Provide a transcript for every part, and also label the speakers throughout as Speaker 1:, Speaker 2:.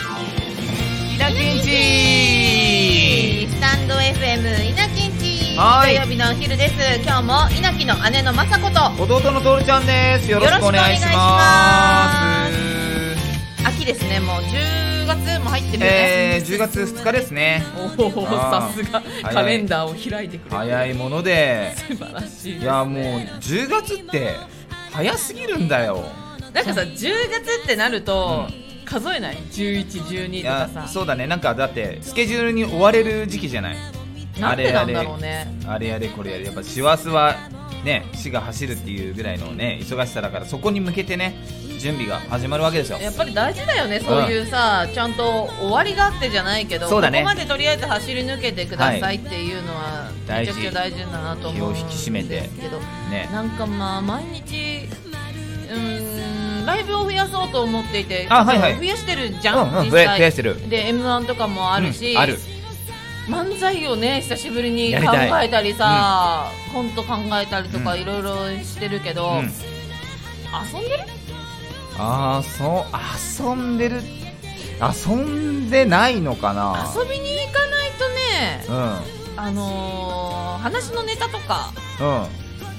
Speaker 1: 稲きんち
Speaker 2: スタンド FM 稲きんち
Speaker 1: はい
Speaker 2: 土曜日のお昼です今日も稲きの姉の雅子と
Speaker 1: 弟のとおるちゃんですよろしくお願いします
Speaker 2: 秋ですねもう10月も入ってるよね、
Speaker 1: えー、10月2日ですね
Speaker 2: おお
Speaker 1: あ
Speaker 2: さ
Speaker 1: ー
Speaker 2: すが
Speaker 1: 早い
Speaker 2: カレンダーを開いてくれる
Speaker 1: 早いもので
Speaker 2: 素晴らしい
Speaker 1: いやもう10月って早すぎるんだよ
Speaker 2: なんかさ10月ってなると、
Speaker 1: う
Speaker 2: 数えない1112
Speaker 1: い
Speaker 2: とか
Speaker 1: や
Speaker 2: さ
Speaker 1: そうだねなんかだってスケジュールに追われる時期じゃない
Speaker 2: なんでなんだろうね
Speaker 1: あれやれこれやれやっぱ師走はね死が走るっていうぐらいのね忙しさだからそこに向けてね準備が始まるわけですよ
Speaker 2: やっぱり大事だよねそういうさ、ちゃんと終わりがあってじゃないけど
Speaker 1: そうだね
Speaker 2: ここまでとりあえず走り抜けてくださいっていうのは、
Speaker 1: 大
Speaker 2: めち
Speaker 1: 事
Speaker 2: ゃくちゃ大事だなと思うんです
Speaker 1: 気を引き締めて
Speaker 2: けど
Speaker 1: ね
Speaker 2: なんかまあ毎日うーんライブを増やそうと思っていて
Speaker 1: あはいはい
Speaker 2: 増やしてるじゃん、
Speaker 1: うんうん
Speaker 2: 実際
Speaker 1: 増や増やしてる
Speaker 2: で m 1とかもあるし、
Speaker 1: うんある
Speaker 2: 漫才をね久しぶりに
Speaker 1: や
Speaker 2: 考
Speaker 1: りたい
Speaker 2: えたりさコント考えたりとか
Speaker 1: うん
Speaker 2: いろいろしてるけど、
Speaker 1: うん
Speaker 2: 遊んでる
Speaker 1: ああそう遊んでる遊んでないのかな
Speaker 2: 遊びに行かないとね
Speaker 1: うん
Speaker 2: あのー話のネタとか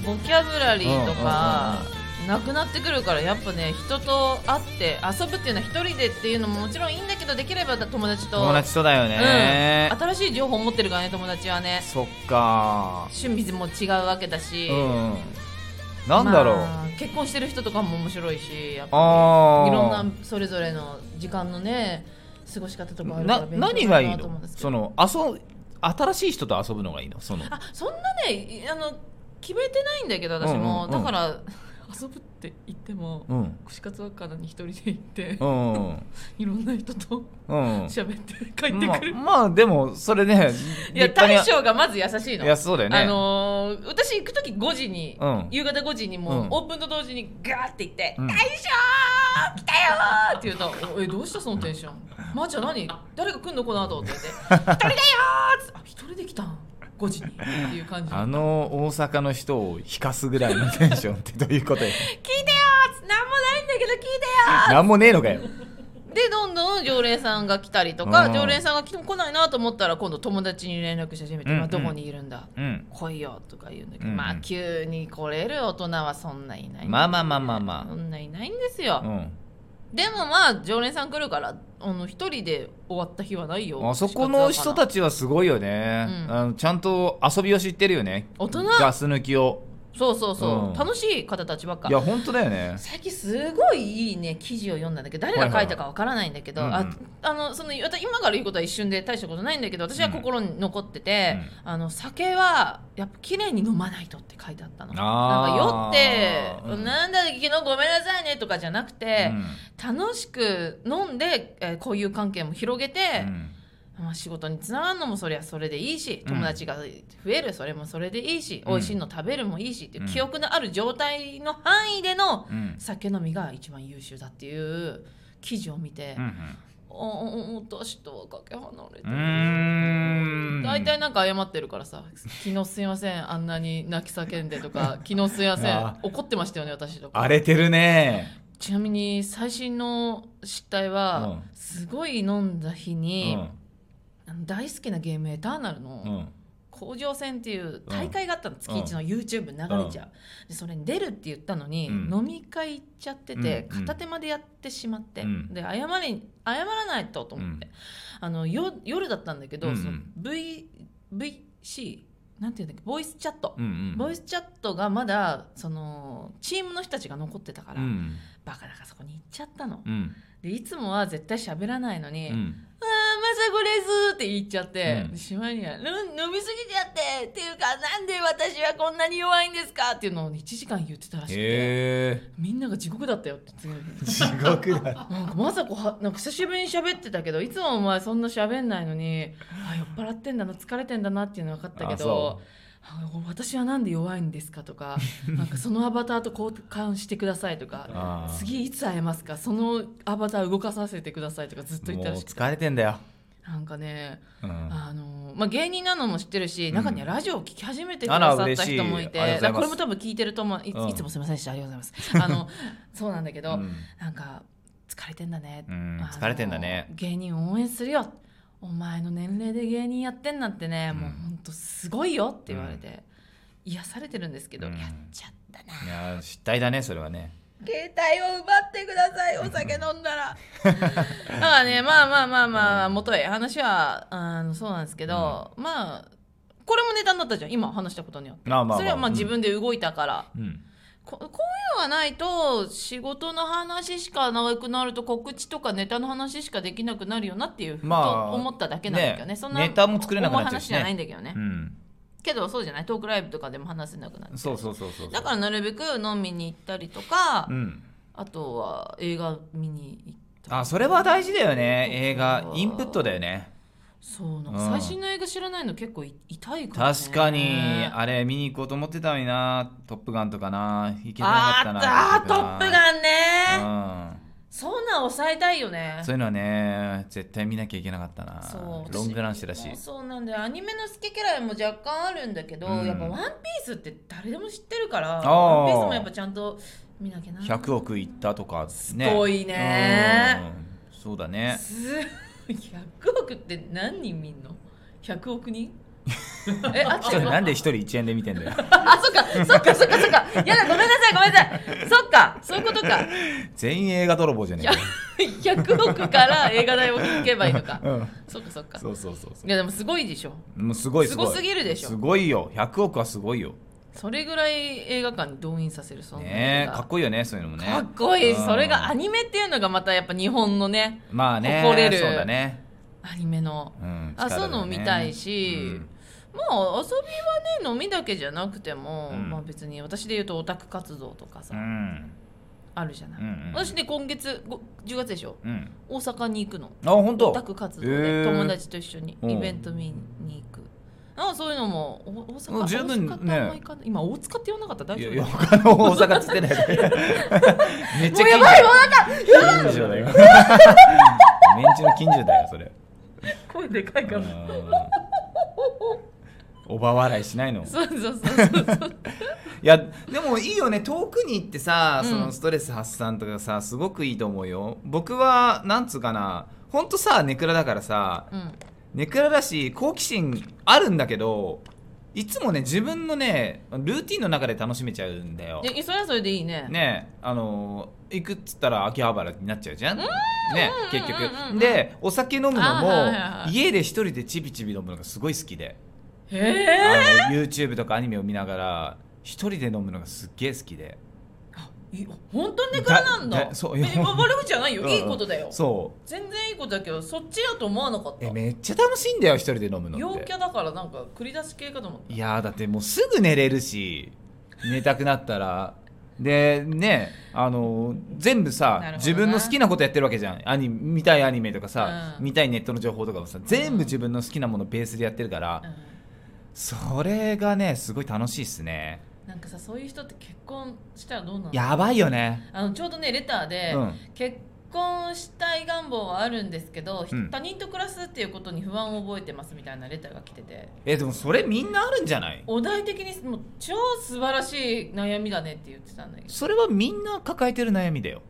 Speaker 1: うん
Speaker 2: ボキャブラリーとか
Speaker 1: うんうん
Speaker 2: なくなってくるからやっぱね人と会って遊ぶっていうのは一人でっていうのももちろんいいんだけどできれば友達と
Speaker 1: 友達とだよね、
Speaker 2: うん、新しい情報持ってるからね友達はね
Speaker 1: そっか
Speaker 2: 趣味も違うわけだし、
Speaker 1: うんなんだろう、
Speaker 2: まあ結婚してる人とかも面白いしやっぱ
Speaker 1: あー
Speaker 2: いろんなそれぞれの時間のね過ごし方とかあるから
Speaker 1: な
Speaker 2: 勉強
Speaker 1: 何
Speaker 2: に
Speaker 1: が
Speaker 2: ない
Speaker 1: い
Speaker 2: るなと思う
Speaker 1: の
Speaker 2: んですけど
Speaker 1: その遊新しい人と遊ぶのがいいのその
Speaker 2: あそんなねあの決めてないんだけど私も、
Speaker 1: うんうんうん
Speaker 2: だから 遊ぶって言っても、
Speaker 1: うん
Speaker 2: 串カツワッカーに一人で行って、
Speaker 1: うんうん
Speaker 2: いろんな人と
Speaker 1: うん
Speaker 2: 喋って帰って
Speaker 1: ま
Speaker 2: くる、
Speaker 1: まあでもそれね
Speaker 2: いや
Speaker 1: 立派に
Speaker 2: 大将がまず優しいの
Speaker 1: いやそうだよね
Speaker 2: あのー私行く時5時に、
Speaker 1: うん
Speaker 2: 夕方5時にもう、
Speaker 1: うん
Speaker 2: オープンと同時にガーって行って「
Speaker 1: うん
Speaker 2: 大将来たよー!」って言うと「えどうしたそのテンションまー、ちゃん何誰が来んのこの後」って言 って「一人だよ!」っつってあ「一人で来たん5時に」っていう感じ
Speaker 1: あの大阪の人を引かすぐらいのテンションってどういうことよ
Speaker 2: 聞いてよーっつってなんもないんだけど聞いてよ
Speaker 1: なんもねえのかよ
Speaker 2: ーでどんどん常連さんが来たりとか
Speaker 1: うん
Speaker 2: 常連さんが来ても来ないなと思ったら今度友達に連絡し始めて「
Speaker 1: うん
Speaker 2: 今どこにいるんだ
Speaker 1: うん
Speaker 2: 来いよ」とか言うんだけど、
Speaker 1: うん
Speaker 2: まあ急に来れる大人はそんないない
Speaker 1: まあまあまあまあま
Speaker 2: そんないないんですよ
Speaker 1: あ、うん
Speaker 2: でもまあ常連さん来るからあの一人で終わった日はないよ
Speaker 1: あそこの人
Speaker 2: ち
Speaker 1: たちはすごいよね、
Speaker 2: うん
Speaker 1: あのちゃんと遊びを知ってるよね
Speaker 2: 大人
Speaker 1: ガス抜きを
Speaker 2: そうそうそう、
Speaker 1: うん
Speaker 2: 楽しい方たちばっか
Speaker 1: いや本当だよね
Speaker 2: 最近すごいいいね記事を読んだんだけど誰が書いたかわからないんだけど、
Speaker 1: はいはいはい
Speaker 2: ああのその私今から言うことは一瞬で大したことないんだけど私は心に残ってて、あの酒はやっぱ綺麗に飲まないとって書いてあったの。なんか
Speaker 1: あー
Speaker 2: 酔って、
Speaker 1: うん
Speaker 2: なんだ昨日ごめんなさいねとかじゃなくて
Speaker 1: う、ん
Speaker 2: 楽しく飲んで、えー、交友関係も広げて、
Speaker 1: うん
Speaker 2: まあ、仕事につながるのもそれはそれでいいし
Speaker 1: うん
Speaker 2: 友達が増えるそれもそれでいいし、
Speaker 1: うん
Speaker 2: 美味しいの食べるもいいしっていう
Speaker 1: うん
Speaker 2: 記憶のある状態の範囲での
Speaker 1: うん
Speaker 2: 酒飲みが一番優秀だっていう記事を見て、
Speaker 1: うん
Speaker 2: おおお私とはかけ離れて
Speaker 1: う
Speaker 2: る
Speaker 1: んうーん
Speaker 2: 大体なんか謝ってるからさ「昨日すいませんあんなに泣き叫んで」とか「昨日すいません
Speaker 1: あ
Speaker 2: 怒ってましたよね私」とか
Speaker 1: 荒れてるね
Speaker 2: ちなみに最新の失態は、
Speaker 1: う
Speaker 2: すごい飲んだ日
Speaker 1: う
Speaker 2: に、
Speaker 1: ん
Speaker 2: あの大好きなゲーム「エターナル」の、
Speaker 1: うん
Speaker 2: 甲状腺っていう大会があったの、月一の YouTube に流れちゃう、でそれに出るって言ったのに、
Speaker 1: うん
Speaker 2: 飲み会行っちゃってて、
Speaker 1: うんうん
Speaker 2: 片手までやってしまって、
Speaker 1: うん
Speaker 2: で謝り謝らないとと思って、あのよ夜だったんだけど、
Speaker 1: うんうん
Speaker 2: その v VC なんていうんだっけボイスチャット、
Speaker 1: うんうん
Speaker 2: ボイスチャットがまだそのチームの人たちが残ってたから、
Speaker 1: うん
Speaker 2: バカだからそこに行っちゃったの、
Speaker 1: うん
Speaker 2: でいつもは絶対喋らないのに、
Speaker 1: うん
Speaker 2: あーまさこですって言っちゃって、
Speaker 1: うん
Speaker 2: しまいには、飲みすぎちゃってっていうか、なんで私はこんなに弱いんですかっていうのを1時間言ってたらしくて、
Speaker 1: へえ
Speaker 2: みんなが地獄だったよって次の日
Speaker 1: 地獄だ
Speaker 2: なんかまさこは、なんか久しぶりに喋ってたけど、いつもお前そんな喋んないのに、あ酔っ払ってんだな、疲れてんだなっていうのは分かったけ
Speaker 1: あそ
Speaker 2: ど、あ私はなんで弱いんですか とか、なんかそのアバターと交換してくださいとか、
Speaker 1: あー
Speaker 2: 次いつ会えますか、そのアバター動かさせてくださいとかずっと言っ
Speaker 1: もう
Speaker 2: たらしくて。
Speaker 1: 疲れてんだよ
Speaker 2: なんかね
Speaker 1: うん
Speaker 2: あのまあ、芸人なのも知ってるし、
Speaker 1: うん
Speaker 2: 中にはラジオを聞き始めてく
Speaker 1: あら
Speaker 2: ださった
Speaker 1: 嬉しい
Speaker 2: 人もいて
Speaker 1: ありがとうございます
Speaker 2: これも多分聞いてると思うい,、
Speaker 1: うん
Speaker 2: いつもすみませんでしたありがとうござい ますあのそうなんだけど、
Speaker 1: うん
Speaker 2: なんか疲れてんだね、
Speaker 1: うん
Speaker 2: あの
Speaker 1: 疲れてんだね
Speaker 2: 芸人応援するよお前の年齢で芸人やってんなんてね、
Speaker 1: うん
Speaker 2: もうほんとすごいよって言われて、癒されてるんですけど、
Speaker 1: うん
Speaker 2: やっちゃったない
Speaker 1: やー失態だねそれはね
Speaker 2: 携帯を奪ってくださいお酒飲んだらだからねまあまあまあまあ元へ話はあのそうなんですけど、まあこれもネタになったじゃん今話したことによって
Speaker 1: まあまあまあ
Speaker 2: それはまあ自分で動いたから、
Speaker 1: うん
Speaker 2: ここういうのがないと仕事の話しか長くなると告知とかネタの話しかできなくなるよなっていうふうと
Speaker 1: まあ
Speaker 2: 思っただけなんだけどね,、
Speaker 1: ね
Speaker 2: そんな
Speaker 1: ネタも作れなくなっちゃう
Speaker 2: 重い話
Speaker 1: し
Speaker 2: じ
Speaker 1: ね
Speaker 2: ゃないんだけどね、
Speaker 1: うん
Speaker 2: けどそうじゃないトークライブとかでも話せなくなる
Speaker 1: そうそうそうそうそう
Speaker 2: だからなるべく飲みに行ったりとか、
Speaker 1: うん
Speaker 2: あとは映画見に行った
Speaker 1: あそれは大事だよね映画インプットだよね
Speaker 2: そうなん
Speaker 1: う
Speaker 2: か
Speaker 1: ん
Speaker 2: 最新の映画知らないの結構い痛いから、ね、
Speaker 1: 確かにあれ見に行こうと思ってたのにな「トップガン」とかな行けなかったな
Speaker 2: あったートップガンね
Speaker 1: ンね
Speaker 2: そんなん抑えたいよね
Speaker 1: そういうのはね絶対見なきゃいけなかったな
Speaker 2: そう
Speaker 1: ロングランしてたし
Speaker 2: 私もそうなんだよアニメの好き嫌いも若干あるんだけど、
Speaker 1: うん
Speaker 2: やっぱ「ワンピースって誰でも知ってるから
Speaker 1: あ
Speaker 2: 「
Speaker 1: ー
Speaker 2: ワンピースもやっぱちゃんと見なきゃな
Speaker 1: 100億いったとかねす
Speaker 2: ごいね
Speaker 1: そうだね
Speaker 2: す 100億って何人見んの ?100 億人えあっ
Speaker 1: それなんで一人1円で見てん だよ
Speaker 2: あ、そっか、そっか、そっか、そっか。やだ、ごめんなさい、ごめんなさい。そっか、そういうことか。
Speaker 1: 全員映画泥棒じゃねえ
Speaker 2: いや
Speaker 1: か
Speaker 2: 100億から映画代を引けばいいのか。
Speaker 1: うん
Speaker 2: そっか、そっか。
Speaker 1: そうそうそうそ
Speaker 2: いや、でもすごいでしょ。
Speaker 1: うもうすごいすごい
Speaker 2: すごすぎるでしょ
Speaker 1: すごいよ100億はすごいよ
Speaker 2: それぐらい映画館に動員させる、そんな映
Speaker 1: ね
Speaker 2: 画
Speaker 1: えかっこいいよねそういうのもね
Speaker 2: かっこいい。
Speaker 1: うん
Speaker 2: それがアニメっていうのがまたやっぱ日本のね、
Speaker 1: まあね
Speaker 2: 誇れる
Speaker 1: そうだね
Speaker 2: アニメの。
Speaker 1: うん
Speaker 2: あ
Speaker 1: 力だよね
Speaker 2: そういうのも見たいし
Speaker 1: うん
Speaker 2: まあ、遊びはね、飲みだけじゃなくても、
Speaker 1: うん
Speaker 2: まあ別に私で言うとオタク活動とかさ、
Speaker 1: うん
Speaker 2: あるじゃない。
Speaker 1: うんうん
Speaker 2: 私ね、今月、ご10月でしょ。
Speaker 1: うん
Speaker 2: 大阪に行くの。
Speaker 1: あ本当
Speaker 2: オタク活
Speaker 1: へ
Speaker 2: 動で
Speaker 1: ー
Speaker 2: 友達と一緒に
Speaker 1: うん
Speaker 2: イベント見に行く。あそういうのもお大阪
Speaker 1: もう十分
Speaker 2: 大阪ってあんま行かない今大塚って言わなかった大
Speaker 1: い
Speaker 2: 丈
Speaker 1: や
Speaker 2: 夫
Speaker 1: いや他の大阪つってない めっ
Speaker 2: も
Speaker 1: ち
Speaker 2: うや
Speaker 1: ゃ
Speaker 2: ばいもう
Speaker 1: 近所 だよメンチの近所だよそれ
Speaker 2: 声でかいか
Speaker 1: う
Speaker 2: ら。
Speaker 1: んおば笑いしないの
Speaker 2: そうそうそうそうそう。
Speaker 1: いや でもいいよね遠くに行ってさ、
Speaker 2: うん
Speaker 1: そのストレス発散とかさすごくいいと思うよ僕はなんつうかなほんとさネクラだからさ
Speaker 2: うん。
Speaker 1: ネクラだし好奇心あるんだけどいつもね自分のねルーティンの中で楽しめちゃうんだよ
Speaker 2: でそれはそれでいいね。
Speaker 1: ねあのー行くっつったら秋葉原になっちゃうじゃんね結
Speaker 2: うんうんうんうん
Speaker 1: 局でお酒飲むのも、
Speaker 2: あはいはいはい
Speaker 1: 家で一人でチビチビ飲むのがすごい好きで、
Speaker 2: へえ。
Speaker 1: あの YouTube とかアニメを見ながら一人で飲むのがすっげえ好きで
Speaker 2: い本当にネクラなんだ。
Speaker 1: だだそう
Speaker 2: え
Speaker 1: いや
Speaker 2: ま悪口じゃないよ。いいことだよ。
Speaker 1: そ
Speaker 2: 全然いいことだけどそっちだと思わなかっ
Speaker 1: うえ
Speaker 2: た。
Speaker 1: めっちゃ楽しいんだよ一人で飲むのっ
Speaker 2: 陽
Speaker 1: て
Speaker 2: キャだからなんか繰り出し系かと思った。
Speaker 1: いやーだってもうすぐ寝れるし寝たくなったらでねあのー全部
Speaker 2: な
Speaker 1: さ
Speaker 2: るほどな
Speaker 1: 自分の好きなことやってるわけじゃんアニ見たいアニメとかさ、
Speaker 2: うん
Speaker 1: 見たいネットの情報とかもさ全部自分の好きなものベースでやってるから、
Speaker 2: うん
Speaker 1: それがねすごい楽しいっすね
Speaker 2: なんかさそういう人って結婚したらどうなの？
Speaker 1: やばいよね
Speaker 2: あのちょうどねレターで、
Speaker 1: うん
Speaker 2: 結婚したい願望はあるんですけど、ひ
Speaker 1: うん
Speaker 2: 他人と暮らすっていうことに不安を覚えてますみたいなレターが来てて
Speaker 1: えでもそれみんなあるんじゃない
Speaker 2: お題的にもう超素晴らしい悩みだねって言ってたんだけど
Speaker 1: それはみんな抱えてる悩みだよ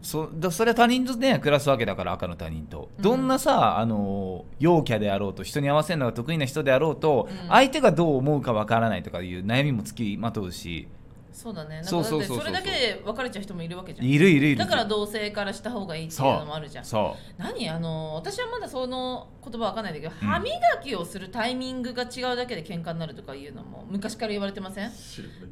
Speaker 1: そだそれは他人とね暮らすわけだから赤の他人と、
Speaker 2: うん
Speaker 1: どんなさあの陽キャであろうと人に合わせるのが得意な人であろうと、
Speaker 2: うん
Speaker 1: 相手がどう思うかわからないとかいう悩みもつきまとうし
Speaker 2: そうだねなんか
Speaker 1: そう
Speaker 2: だ
Speaker 1: そ
Speaker 2: っ
Speaker 1: う
Speaker 2: て
Speaker 1: そう
Speaker 2: そ
Speaker 1: そう
Speaker 2: れだけで別れちゃう人もいるわけじゃん
Speaker 1: いるいるいる
Speaker 2: だから同性からした方がいいっていうのもあるじゃん
Speaker 1: そ
Speaker 2: 何あの私はまだその言葉わかんないんだけど、
Speaker 1: うん
Speaker 2: 歯磨きをするタイミングが違うだけで喧嘩になるとかいうのも昔から言われてません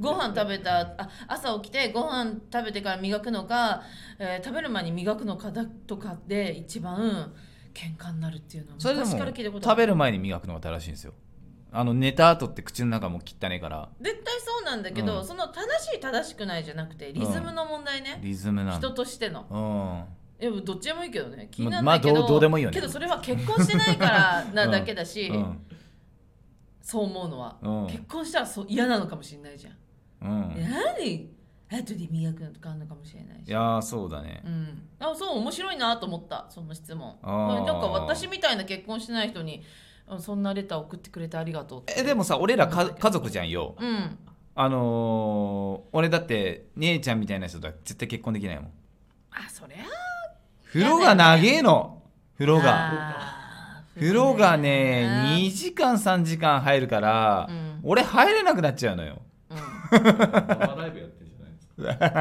Speaker 2: ご飯食べたあ朝起きてご飯食べてから磨くのか、えー食べる前に磨くのかだとかで一番喧嘩になるっていうのは
Speaker 1: うそれでも
Speaker 2: 昔から聞いたことあ
Speaker 1: 食べる前に磨くのが正しいんですよあの寝た後って口の中も汚ねえから
Speaker 2: 絶対そうなんだけ
Speaker 1: う
Speaker 2: ど、
Speaker 1: ん
Speaker 2: その正しい正しくないじゃなくてリズムの問題ね、
Speaker 1: リズムなんだ
Speaker 2: 人としての
Speaker 1: うん
Speaker 2: でもどっちでもいいけどね気に
Speaker 1: ま
Speaker 2: なんないけ
Speaker 1: まあ
Speaker 2: ど、
Speaker 1: どうどうでもいいよね
Speaker 2: けどそれは結婚してないからな
Speaker 1: うん
Speaker 2: だけだし、
Speaker 1: うん
Speaker 2: そう思うのは、
Speaker 1: うん
Speaker 2: 結婚したらそう嫌なのかもしれないじゃん、
Speaker 1: うん
Speaker 2: 何後で磨くのとかあるのかもしれないし
Speaker 1: いやーそうだね
Speaker 2: うん、あそう面白いなと思ったその質問
Speaker 1: あー
Speaker 2: なんか私みたいな結婚してない人にあそんなレター送ってくれてありがとうって
Speaker 1: えでもさ俺らか家族じゃんよ
Speaker 2: うん
Speaker 1: あのー、俺だって姉ちゃんみたいな人とは絶対結婚できないもん
Speaker 2: あそりゃ
Speaker 1: 風呂が長えの風呂が
Speaker 2: あー
Speaker 1: 風呂がね2時間3時間入るから、
Speaker 2: うん
Speaker 1: 俺入れなくなっちゃうのよ
Speaker 2: うん
Speaker 3: 生ライブやってるじゃないですか。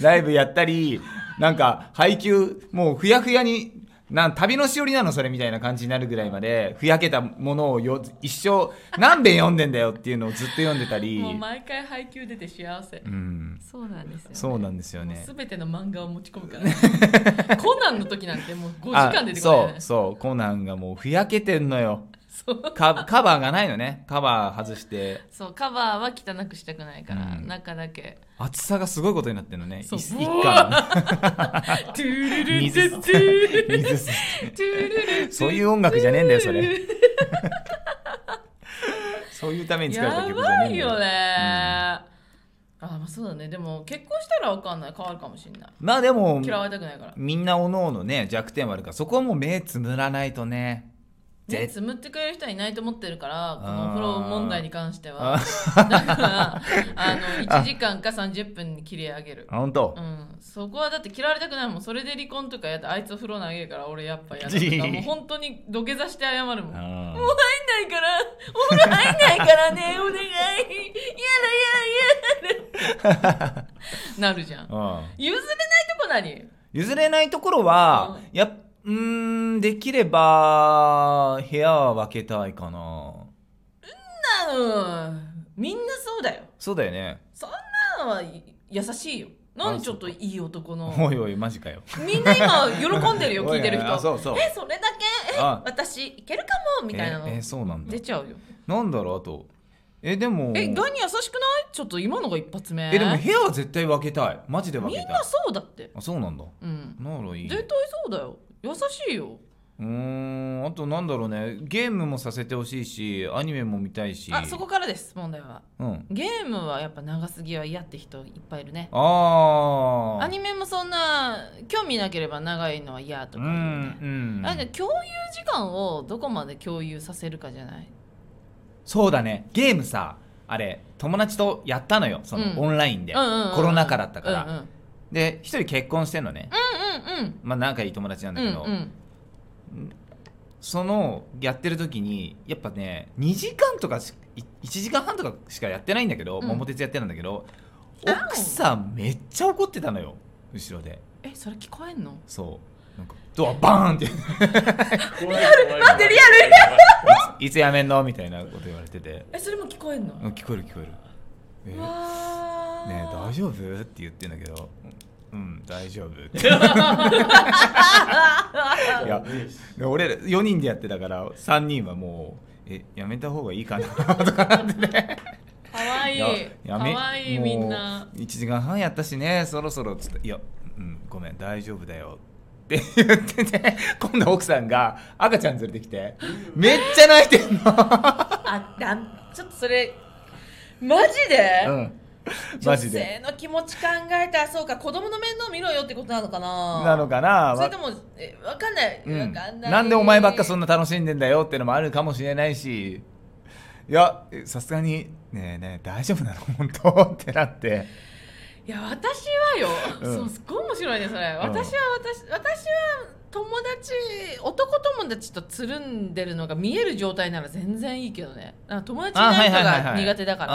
Speaker 1: ライブやったりなんか配給もうふやふやになん旅のしおりなのそれみたいな感じになるぐらいまでふやけたものをよ一生何遍読んでんだよっていうのをずっと読んでたり
Speaker 2: もう毎回配給出て幸せ
Speaker 1: うん
Speaker 2: そうなんですよ、ね、
Speaker 1: そうなんですよね
Speaker 2: すべての漫画を持ち込むから、ね、コナンの時なんてもう5時間出てこないよね
Speaker 1: あそうそうコナンがもうふやけてんのよ
Speaker 2: そう
Speaker 1: カカバーがないのねカバー外して
Speaker 2: そうカバーは汚くしたくないから、
Speaker 1: うん
Speaker 2: 中だけ
Speaker 1: 厚さがすごいことになってるのね一
Speaker 2: そう
Speaker 1: 一 巻
Speaker 2: トゥルルル
Speaker 1: 水
Speaker 2: ル
Speaker 1: 吸
Speaker 2: ト
Speaker 1: っ
Speaker 2: ゥルル
Speaker 1: 水吸っ
Speaker 2: トゥルル
Speaker 1: て そういう音楽じゃねえんだよそ れそういうために作られた
Speaker 2: や
Speaker 1: 曲じゃ
Speaker 2: ば
Speaker 1: ねえん
Speaker 2: い
Speaker 1: だよ
Speaker 2: よね、ああまあそうだねでも結婚したらわかんない変わるかもしれない
Speaker 1: まあでも
Speaker 2: 嫌われたくないから
Speaker 1: みんなおのおのね弱点はあるからそこはもう目つむらないとね
Speaker 2: 目
Speaker 1: ぜ
Speaker 2: つむってくれる人はいないと思ってるからこのお風呂問題に関しては
Speaker 1: あ
Speaker 2: だからあの1時間か30分に切り上げる
Speaker 1: あ本当
Speaker 2: う、ん、そこはだって嫌われたくないもんそれで離婚とかやってあいつお風呂投げるから俺やっぱやだとかもう本当に土下座して謝るもんもう
Speaker 1: あー
Speaker 2: 入んないからお風呂入んないからねお願いやだやだや だなるじゃん
Speaker 1: うん
Speaker 2: 譲れないとこ何
Speaker 1: 譲れないところは、やっうーんできれば部屋は分けたいかな
Speaker 2: なのみんなそうだよ
Speaker 1: そうだよね
Speaker 2: そんなのはい優しいよなんでちょっといい男の
Speaker 1: おいおいマジかよ
Speaker 2: みんな今喜 んでるよ
Speaker 1: おいおい
Speaker 2: 聞いてる人
Speaker 1: あそうそう
Speaker 2: えそれだけえ
Speaker 1: あ
Speaker 2: 私いけるかもみたいなの
Speaker 1: ええそうなんだ
Speaker 2: 出ちゃうよ
Speaker 1: なんだろうあとえでも
Speaker 2: え意外に優しくないちょっと今のが一発目
Speaker 1: えでも部屋は絶対分けたいマジで分
Speaker 2: み
Speaker 1: けたい
Speaker 2: んなそうだって
Speaker 1: あそうなんだ
Speaker 2: うん
Speaker 1: ならいい
Speaker 2: 絶対そうだよ優しいよ
Speaker 1: うーんあとなんだろうねゲームもさせてほしいしアニメも見たいし
Speaker 2: あそこからです問題は
Speaker 1: うん
Speaker 2: ゲームはやっぱ長すぎは嫌って人いっぱいいるね
Speaker 1: ああ
Speaker 2: アニメもそんな興味なければ長いのは嫌と
Speaker 1: う
Speaker 2: か言うね
Speaker 1: んうん
Speaker 2: あでも共有時間をどこまで共有させるかじゃない
Speaker 1: そうだねゲームさあれ友達とやったのよその、
Speaker 2: うん
Speaker 1: オンラインで、
Speaker 2: うんうんうんうん
Speaker 1: コロナ禍だったから、
Speaker 2: うんうん
Speaker 1: で一人結婚してんのね、
Speaker 2: うんうん
Speaker 1: まあ仲いい友達なんだけど、
Speaker 2: うんうん
Speaker 1: そのやってる時にやっぱね2時間とかしい1時間半とかしかやってないんだけど、
Speaker 2: うん
Speaker 1: 桃鉄やってたんだけど
Speaker 2: あ
Speaker 1: 奥さんめっちゃ怒ってたのよ後ろで
Speaker 2: えそれ聞こえんの
Speaker 1: そうなんかドアバーンって
Speaker 3: リアル
Speaker 2: 待ってリアル
Speaker 3: ルリアル
Speaker 1: いつ いつやめんのみたいなこと言われてて
Speaker 2: えそれも聞こえんの
Speaker 1: うん聞こえる聞こえるえ
Speaker 2: うわー
Speaker 1: ねえ大丈夫って言ってんだけどうん大丈夫って いやで俺ら4人でやってたから3人はもうえやめた方がいいかなとかなってね
Speaker 2: かわいい
Speaker 1: や
Speaker 2: か
Speaker 1: やめ
Speaker 2: わいい
Speaker 1: もう
Speaker 2: みんな
Speaker 1: 1時間半やったしねそろそろっつって「いや、うん、ごめん大丈夫だよ」って言ってて今度奥さんが赤ちゃん連れてきてめっちゃ泣いてんの、
Speaker 2: あだちょっとそれマジで、
Speaker 1: うん、マ
Speaker 2: 女
Speaker 1: ジで
Speaker 2: 性の気持ち考えたらそうか子供の面倒見ろよってことなのかな
Speaker 1: なのかな
Speaker 2: それともえわかんない、
Speaker 1: う
Speaker 2: わ
Speaker 1: ん、
Speaker 2: かんない
Speaker 1: なんでお前ばっかそん
Speaker 2: な
Speaker 1: な楽しんでんだよってのもあるかもしれないしいやえさすがにねえねえ大丈夫なの本当 ってなって
Speaker 2: いや私はよ、
Speaker 1: うん
Speaker 2: そうすっごい面白いねそれ、
Speaker 1: ん
Speaker 2: 私は私私は友達男友達とつるんでるのが見える状態なら全然いいけどねなんか友達いない人が苦手だから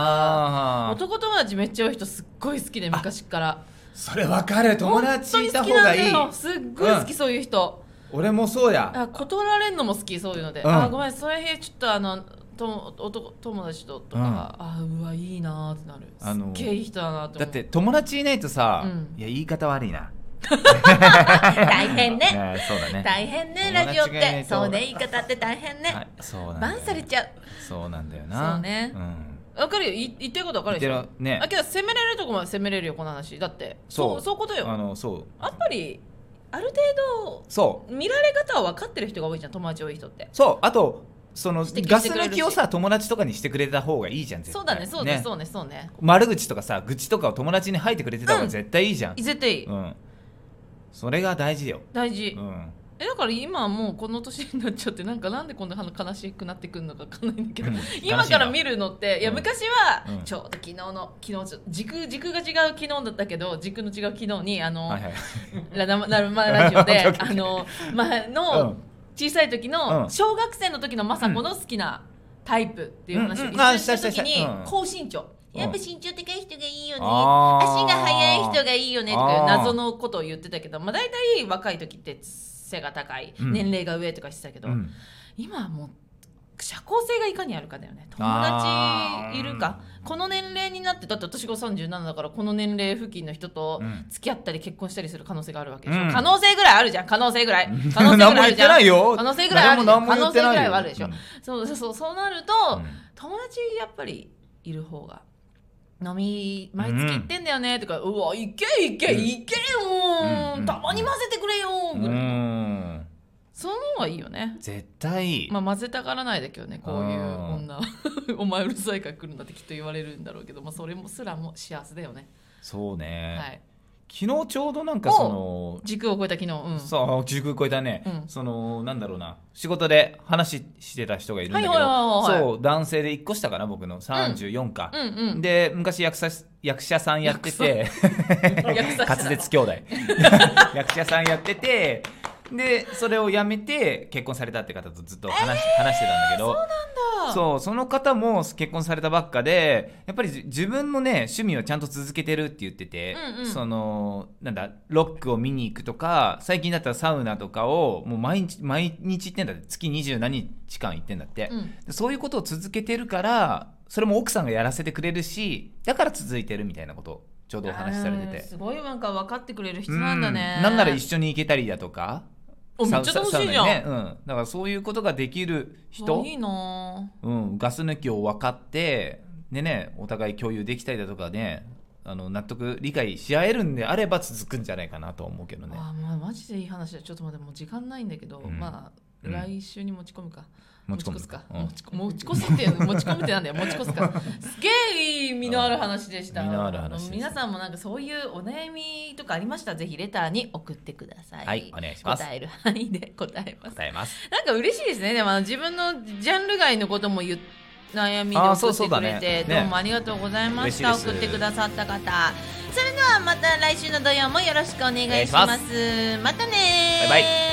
Speaker 1: あー
Speaker 2: 男友達めっちゃ多い人すっごい好きで昔から
Speaker 1: それ分かる友達いた方がいい
Speaker 2: 本当に好きなんだよすっごい好き、
Speaker 1: う
Speaker 2: そういう人
Speaker 1: 俺もそうや
Speaker 2: あ断られんのも好きそういうので、
Speaker 1: うん
Speaker 2: あごめんその日ちょっとあのと男友達ととか、あうわいいなーってなる
Speaker 1: あの
Speaker 2: すっげえいい人だなと
Speaker 1: だっ
Speaker 2: 思
Speaker 1: て友達いないとさ、
Speaker 2: うん
Speaker 1: いや言い方悪いな、
Speaker 2: 大変ね
Speaker 1: ねえそうだね
Speaker 2: 大変ね
Speaker 1: 友
Speaker 2: ラ
Speaker 1: 達
Speaker 2: ジオっ
Speaker 1: がいない
Speaker 2: て
Speaker 1: と
Speaker 2: そうね言い方って大変
Speaker 1: は
Speaker 2: ね
Speaker 1: いそうなんだよ
Speaker 2: バンされちゃ
Speaker 1: そうなんだよな
Speaker 2: そうね
Speaker 1: ん、
Speaker 2: うわかるよい言ってることわかるでし
Speaker 1: 言っ
Speaker 2: ょ
Speaker 1: てるね
Speaker 2: あけど責めれるとこまで責めれるよこの話だってそうそういうこと
Speaker 1: あ
Speaker 2: よ
Speaker 1: のそう
Speaker 2: やっぱりある程
Speaker 1: そう
Speaker 2: 度見られ方は分かってる人が多いじゃん友達多い人って
Speaker 1: そうあとその
Speaker 2: 指摘
Speaker 1: ガ
Speaker 2: して
Speaker 1: ス
Speaker 2: くれる
Speaker 1: 抜
Speaker 2: し
Speaker 1: きをさ友達とかにしてくれた方がいいじゃん絶対
Speaker 2: そうだねそうねそうねそうね
Speaker 1: 悪口とかさ愚痴とかを友達に吐いてくれてた方
Speaker 2: う
Speaker 1: が
Speaker 2: ん
Speaker 1: 絶対いいじゃん、
Speaker 2: 絶対いい、
Speaker 1: うんそれが大事よ、
Speaker 2: 大事、
Speaker 1: うん、
Speaker 2: えだから今はもうこの年になっちゃってなんかなんでこんな悲しくなってくるのか分かんないんだけど、
Speaker 1: うん
Speaker 2: 今から見るのっていや
Speaker 1: うん
Speaker 2: 昔は、
Speaker 1: うん
Speaker 2: ちょうど昨日の昨日ちょ軸軸が違う昨日だったけど軸の違う昨日にあの、
Speaker 1: はいはい
Speaker 2: ラダマラマラジオ
Speaker 1: オッケー
Speaker 2: で
Speaker 1: オッケー
Speaker 2: あの前
Speaker 1: う
Speaker 2: の
Speaker 1: ん
Speaker 2: 小さい時
Speaker 1: う
Speaker 2: の
Speaker 1: ん
Speaker 2: 小学生の時の雅子の好きなタイプっていう話
Speaker 1: う
Speaker 2: を
Speaker 1: ん
Speaker 2: 一
Speaker 1: うん
Speaker 2: 緒
Speaker 1: あ
Speaker 2: に
Speaker 1: し
Speaker 2: した
Speaker 1: たした
Speaker 2: 時に
Speaker 1: したうん
Speaker 2: 高身長
Speaker 1: うん
Speaker 2: やっぱ身長高い人がいいよね
Speaker 1: あー
Speaker 2: 足が速い人がいいよねとかいう
Speaker 1: あー
Speaker 2: 謎のことを言ってたけどまあ大体若い時って背が高い
Speaker 1: うん
Speaker 2: 年齢が上とかしてたけど
Speaker 1: うん
Speaker 2: 今はもう社交性がいかにあるかだよね友
Speaker 1: あ
Speaker 2: 達
Speaker 1: ー
Speaker 2: いるかこの年齢になってだって私が37だからこの年齢付近の人と
Speaker 1: うん
Speaker 2: 付き合ったり結婚したりする可能性があるわけでしょ、
Speaker 1: うん
Speaker 2: 可能性ぐらいあるじゃん可能性ぐらい可能 性ぐら
Speaker 1: 何
Speaker 2: い
Speaker 1: も
Speaker 2: あ
Speaker 1: 言って
Speaker 2: るじゃん
Speaker 1: ないよ
Speaker 2: 可能性ぐらいあるじ
Speaker 1: 誰も
Speaker 2: ゃん
Speaker 1: 何も言ってないよ
Speaker 2: 可能性ぐらいはあるでしょ
Speaker 1: うん
Speaker 2: そうそうそうそうなると、友達やっぱりいる方が飲み毎月行ってんだよねとか、うわ行け行け
Speaker 1: うん
Speaker 2: 行けよー、
Speaker 1: うん
Speaker 2: たまに混ぜてくれよー
Speaker 1: う
Speaker 2: ぐらい、
Speaker 1: んうん
Speaker 2: その方がいいよね
Speaker 1: 絶対いい、
Speaker 2: まあ混ぜたがらないだけどねこういう
Speaker 1: あー
Speaker 2: 女はお前うるさいから来るんだってきっと言われるんだろうけど、まあ、それもすらも幸せだよね、
Speaker 1: そうね、
Speaker 2: はい
Speaker 1: 昨日ちょうどなんかその
Speaker 2: 軸を超えた昨日うん
Speaker 1: そう軸超えたね、
Speaker 2: うん
Speaker 1: そのなんだろうな仕事で話してた人がいるんだけど、
Speaker 2: はいはいはいはい
Speaker 1: そう男性で1個下かな僕の34か、
Speaker 2: うんうん
Speaker 1: で昔役者役者さんやってて
Speaker 2: 役者
Speaker 1: 滑舌 兄弟役者さんやっててでそれを辞めて結婚されたって方とずっと話,、話してたんだけどそうその方も結婚されたばっかでやっぱりじ自分のね趣味をちゃんと続けてるって言ってて、
Speaker 2: うんうん
Speaker 1: そのなんだロックを見に行くとか最近だったらサウナとかをもう毎日毎日行ってんだって月二十何日間行ってんだって、
Speaker 2: うん
Speaker 1: でそういうことを続けてるからそれも奥さんがやらせてくれるしだから続いてるみたいなことをちょうどお話しされて
Speaker 2: あー
Speaker 1: て
Speaker 2: すごいなんか分かってくれる人なんだね
Speaker 1: うんなんなら一緒に行けたりだとか
Speaker 2: おめっちゃ
Speaker 1: サウ
Speaker 2: 楽しいじゃ
Speaker 1: サウ
Speaker 2: ん、
Speaker 1: ナにねうん、だからそういうことができる人
Speaker 2: あいいな
Speaker 1: うん、ガス抜きを分かってでねお互い共有できたりだとかねあの納得理解し合えるんであれば続くんじゃないかなとは思うけど
Speaker 2: あ、
Speaker 1: ね
Speaker 2: あーまあ、マジでいい話だちょっと待ってもう時間ないんだけど、
Speaker 1: うん
Speaker 2: まあ
Speaker 1: うん
Speaker 2: 来週に持ち込むか、
Speaker 1: 持ち込む
Speaker 2: 持越すか、
Speaker 1: うん
Speaker 2: 持ちこ持ち越すって 持ち込むってなんだよ持ち越すかすげえいい身のある話でした
Speaker 1: うん実のある話です
Speaker 2: 皆さんもなんかそういうお悩みとかありましたらぜひレターに送ってください
Speaker 1: はいお願いします
Speaker 2: 答える範囲で 答えます
Speaker 1: 答えます
Speaker 2: なんか嬉しいですねでもあの自分のジャンル外のことも言っ悩みで
Speaker 1: あー
Speaker 2: 送
Speaker 1: そうそう
Speaker 2: ってく
Speaker 1: だ
Speaker 2: れて
Speaker 1: ね
Speaker 2: どうもありがとうございました、
Speaker 1: 嬉しいです
Speaker 2: 送ってくださった方それではまた来週の土曜もよろしくお願いします
Speaker 1: お願いしま
Speaker 2: またねー
Speaker 1: バイバイ